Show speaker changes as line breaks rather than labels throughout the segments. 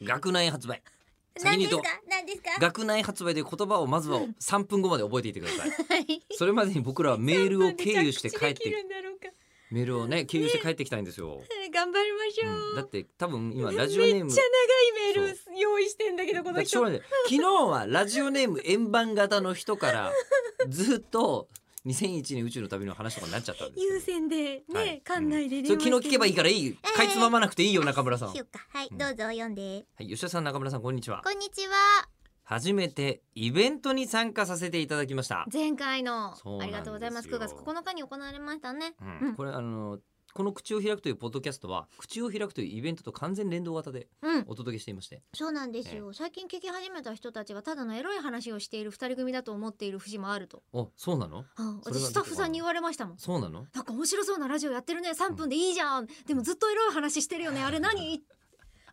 学内発売先
何
に
です
言う
か
と
何ですか
学内発売で言葉をまずは3分後まで覚えていてください
はい
それまでに僕らはメールを経由して帰っ
何分で着地でき
て
るんだろうか
メールをね経由して帰ってきたいんですよ、
頑張りましょ
うん、だっ
う
て多分今ラジオネー
め
ム
っちゃ長いメール用意してんだけどこ
だ
の
ってしょうが
人
ない昨日はラジオネーム円盤型の人からずっと2001年宇宙の旅の話とかになっちゃったんです
優
けど
先で
は
ね
い
館内で
うん
電
それ
話して
昨日聞けばいいからいいかいつままなくていいよ中村さん、
しようかはい
うん
どうぞ読んで
はい、吉田さん中村さんこんにちは
こんにちは
初めてイベントに参加させていただきました、
前回の
そうな
あ
んですよ
りがとうございます9月9日に行われましたね
うん
うん
これあのこの口を開くというポッドキャストは口を開くというイベントと完全連動型で
うん
お届けしていまして
そうなんですよ最近聞き始めた人たちはただのエロい話をしている二人組だと思っている節もあると
あそうなの
あ
それはどこか
私
な
スタッフさんに言われましたもん
そうなの
なんか面白そうなラジオやってるね3分でいいじゃん、でもずっとエロい話してるよねあれ何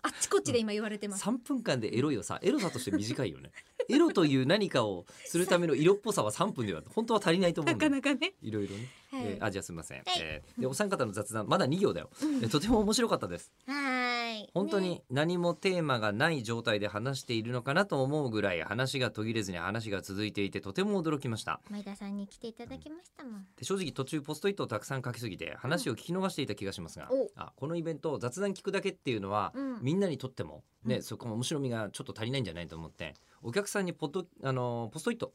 あっちこっちで今言われてます、
3分間でエロいはさエロさとして短いよね エロという何かをするための色っぽさは3分では本当は足りないと思う
なん
だ
か
よ
なかね、
いろいろね、
はい
えーあじゃあすみません、
い
えーでお三方の雑談まだ2行だよ、えーとても面白かったです
はい
本当に何もテーマがない状態で話しているのかなと思うぐらい話が途切れずに話が続いていてとても驚きました
前田さんに来ていただきましたもん
で正直途中ポストイットをたくさん書きすぎて話を聞き逃していた気がしますが、
お
あこのイベント雑談聞くだけっていうのは、
うん
みんなにとっても、ね
うん
そこの面白みがちょっと足りないんじゃないと思ってお客さんにポッドあのポストイット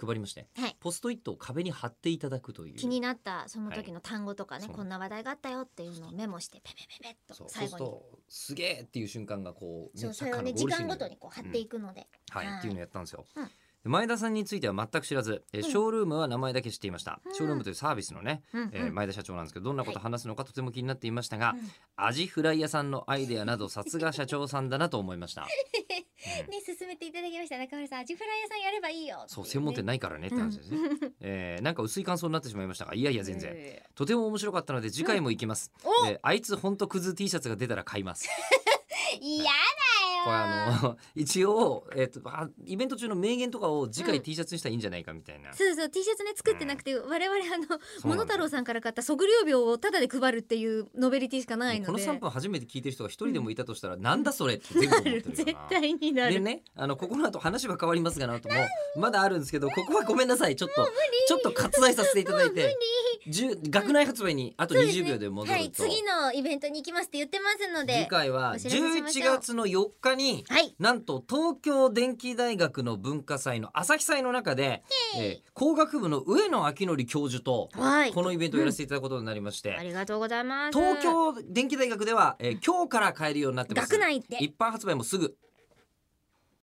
配りまして、
はい
ポストイットを壁に貼っていただくという
気になったその時の単語とかね、
はい
こんな話題があったよっていうのをメモしてペペペペっ
そ
と
う
最
そ
後
うするとす
に
げえっていう瞬間がこう、
そうそれ
サ
を
ッカーの
ね
ゴー
時
ルシーン
間
で
ごとにこう貼っていくので、
はい、
はい
っていうのをやったんですよ、
うん
で前田さんについては全く知らず、えー
うん
ショールームは名前だけ知っていました、
うん
ショールームというサービスのね、
うんうん
えー前田社長なんですけどどんなことを話すのかとても気になっていましたが、
うん
アジフライ屋さんのアイデアなどさすが社長さんだなと思いま した、うん
ね進めていただきました中村さんアジフライ屋さんやればいいよ
そう専門店
な
ないからねって話ですね、えーなんか薄い感想になってしまいましたがいやいや全然、
え
とても面白かったので次回も行きます、
お
えーあいつほんとクズ T シャツが出たら買います
嫌だよ
これあの一応、えっとあイベント中の名言とかを次
う
回
ん
T シャツにしたらいいんじゃないかみたいな、
そうそう T シャツね作ってなくて、我々あの
す
モノタロウさんから買った測量病をタダで配るっていうノベリティしかない
もう
の
この
で
3分初めて聞いてる人が一人でもいたとしたら、なんだそれって全部思っ
な
てる
る
よな
絶対にな
で
る、
ねあのここの後話は変わりますがなともまだあるんですけどここはごめんなさいちょっとちょっと割愛させていただいて10学内発売にあと
そうです
20
ね
秒で戻
は
る
い
と、
次のイベントに行きますって言ってますので
次回は
お知らせしまし
11
ょう
月の4日に
はい
なんと東京電機大学の文化祭の朝日祭の中で、
イエーイ
えー工学部の上野明則教授と
はい
このイベントをやらせていただくことになりまして、
ありがとうございます
東京電機大学では、えー今日から買えるようになってます
学内で
一般発売もすぐ